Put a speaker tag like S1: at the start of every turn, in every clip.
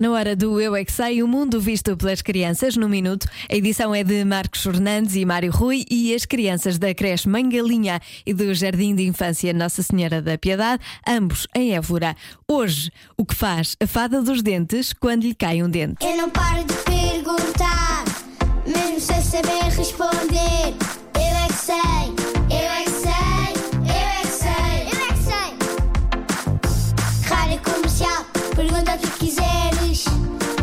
S1: Na hora do Eu é que Sei, o mundo visto pelas crianças no minuto. A edição é de Marcos Fernandes e Mário Rui e as crianças da creche Mangalinha e do Jardim de Infância Nossa Senhora da Piedade, ambos em Évora. Hoje, o que faz a fada dos dentes quando lhe cai um dente?
S2: Eu não paro de perguntar, mesmo sem saber responder. Eu é que sei, eu é que sei, eu é que sei, eu é que sei. Rádio comercial, pergunta o que quiseres.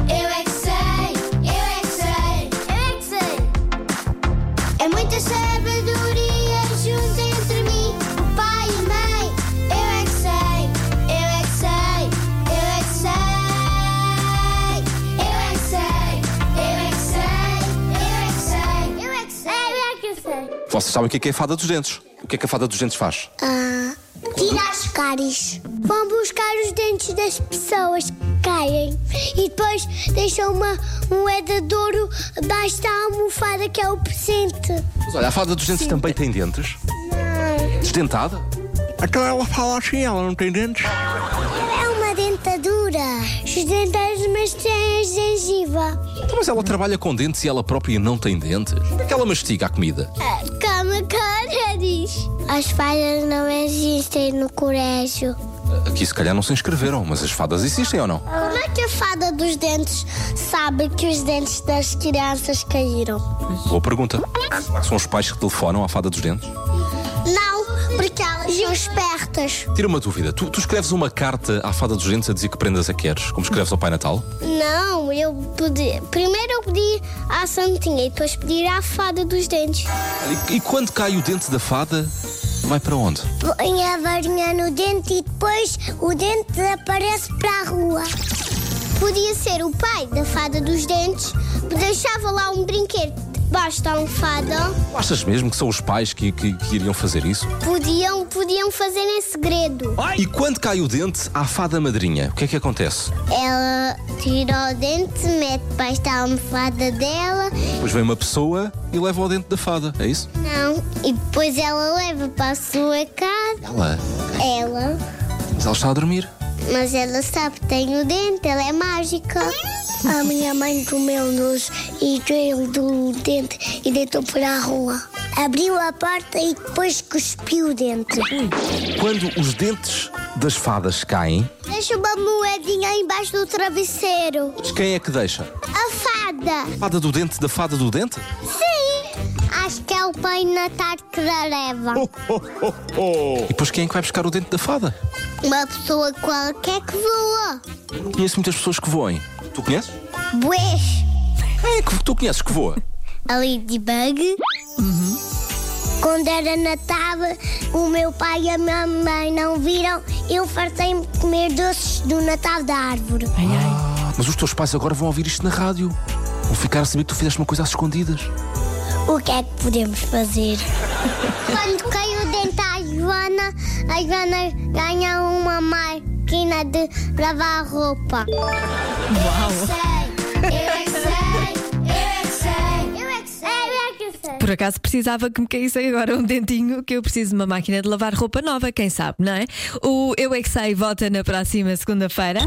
S2: Eu é que sei, eu é que sei, eu é que sei. É muita sabedoria junto entre mim, o pai e a mãe. Eu é que sei, eu é que sei, eu é que sei. Eu é que sei, eu é que sei, eu é que sei, eu é que sei, eu é que sei.
S3: Vocês sabem o que é, que é a fada dos dentes? O que é que a fada dos dentes faz?
S2: Ah, tirar os cáries. Vão buscar os dentes das pessoas que caem e depois deixam uma moeda de ouro debaixo da almofada que é o presente.
S3: Mas olha, a fada dos dentes também tem dentes. Desdentada?
S4: Então ela fala assim, ela não tem dentes.
S2: É uma dentadura. Os dentes, mas têm a é gengiva.
S3: Então, mas ela trabalha com dentes e ela própria não tem dentes. Como é que ela mastiga a comida?
S2: Cama cáries. As falhas não existem no colégio.
S3: Aqui se calhar não se inscreveram, mas as fadas existem ou não?
S2: Como é que a fada dos dentes sabe que os dentes das crianças caíram?
S3: Boa pergunta. Será que São os pais que telefonam à fada dos dentes?
S2: Não, porque elas são espertas.
S3: Tira uma dúvida. Tu, tu escreves uma carta à fada dos dentes a dizer que prendas a queres, como escreves ao Pai Natal?
S2: Não, eu pedi. Primeiro eu pedi à Santinha e depois pedi à fada dos dentes.
S3: E, e quando cai o dente da fada, vai para onde?
S2: Põe a varinha no dente e depois o dente desaparece para a rua. Podia ser o pai da fada dos dentes, deixava lá um brinquedo debaixo da almofada.
S3: Achas mesmo que são os pais que, que, que iriam fazer isso?
S2: Podiam, podiam fazer em segredo.
S3: E quando cai o dente à fada madrinha, o que é que acontece?
S2: Ela tira o dente, mete debaixo da almofada dela.
S3: Depois vem uma pessoa e leva o dente da fada, é isso?
S2: Não. E depois ela leva para a sua casa.
S3: Ela.
S2: Ela.
S3: Mas ela está a dormir.
S2: Mas ela sabe que tem o dente, ela é mágica. A minha mãe comeu-nos e caiu do um dente e deitou para a rua. Abriu a porta e depois cuspiu o dente.
S3: Quando os dentes das fadas caem,
S2: Deixa uma moedinha embaixo do travesseiro.
S3: quem é que deixa?
S2: A fada!
S3: Fada do dente da fada do dente?
S2: Sim! Acho que é o pai Natal que a leva.
S3: E depois quem é que vai buscar o dente da fada?
S2: Uma pessoa qualquer que voa.
S3: Conheço muitas pessoas que voem. Tu conheces?
S2: Bués!
S3: Quem é que tu conheces que voa?
S2: a Ladybug. Quando era Natal, o meu pai e a minha mãe não viram, eu fartei-me de comer doces do Natal da árvore.
S3: Mas os teus pais agora vão ouvir isto na rádio. Vão ficar a saber que tu fizeste uma coisa às escondidas.
S2: O que é que podemos fazer? Quando caiu o dente à Joana, a Joana ganha uma máquina de lavar roupa. Eu é que sei, eu é que sei, eu é que sei, eu é que sei.
S1: Por acaso precisava que me caísse agora um dentinho, que eu preciso de uma máquina de lavar roupa nova, quem sabe, não é? O Eu é que Sei volta na próxima segunda-feira.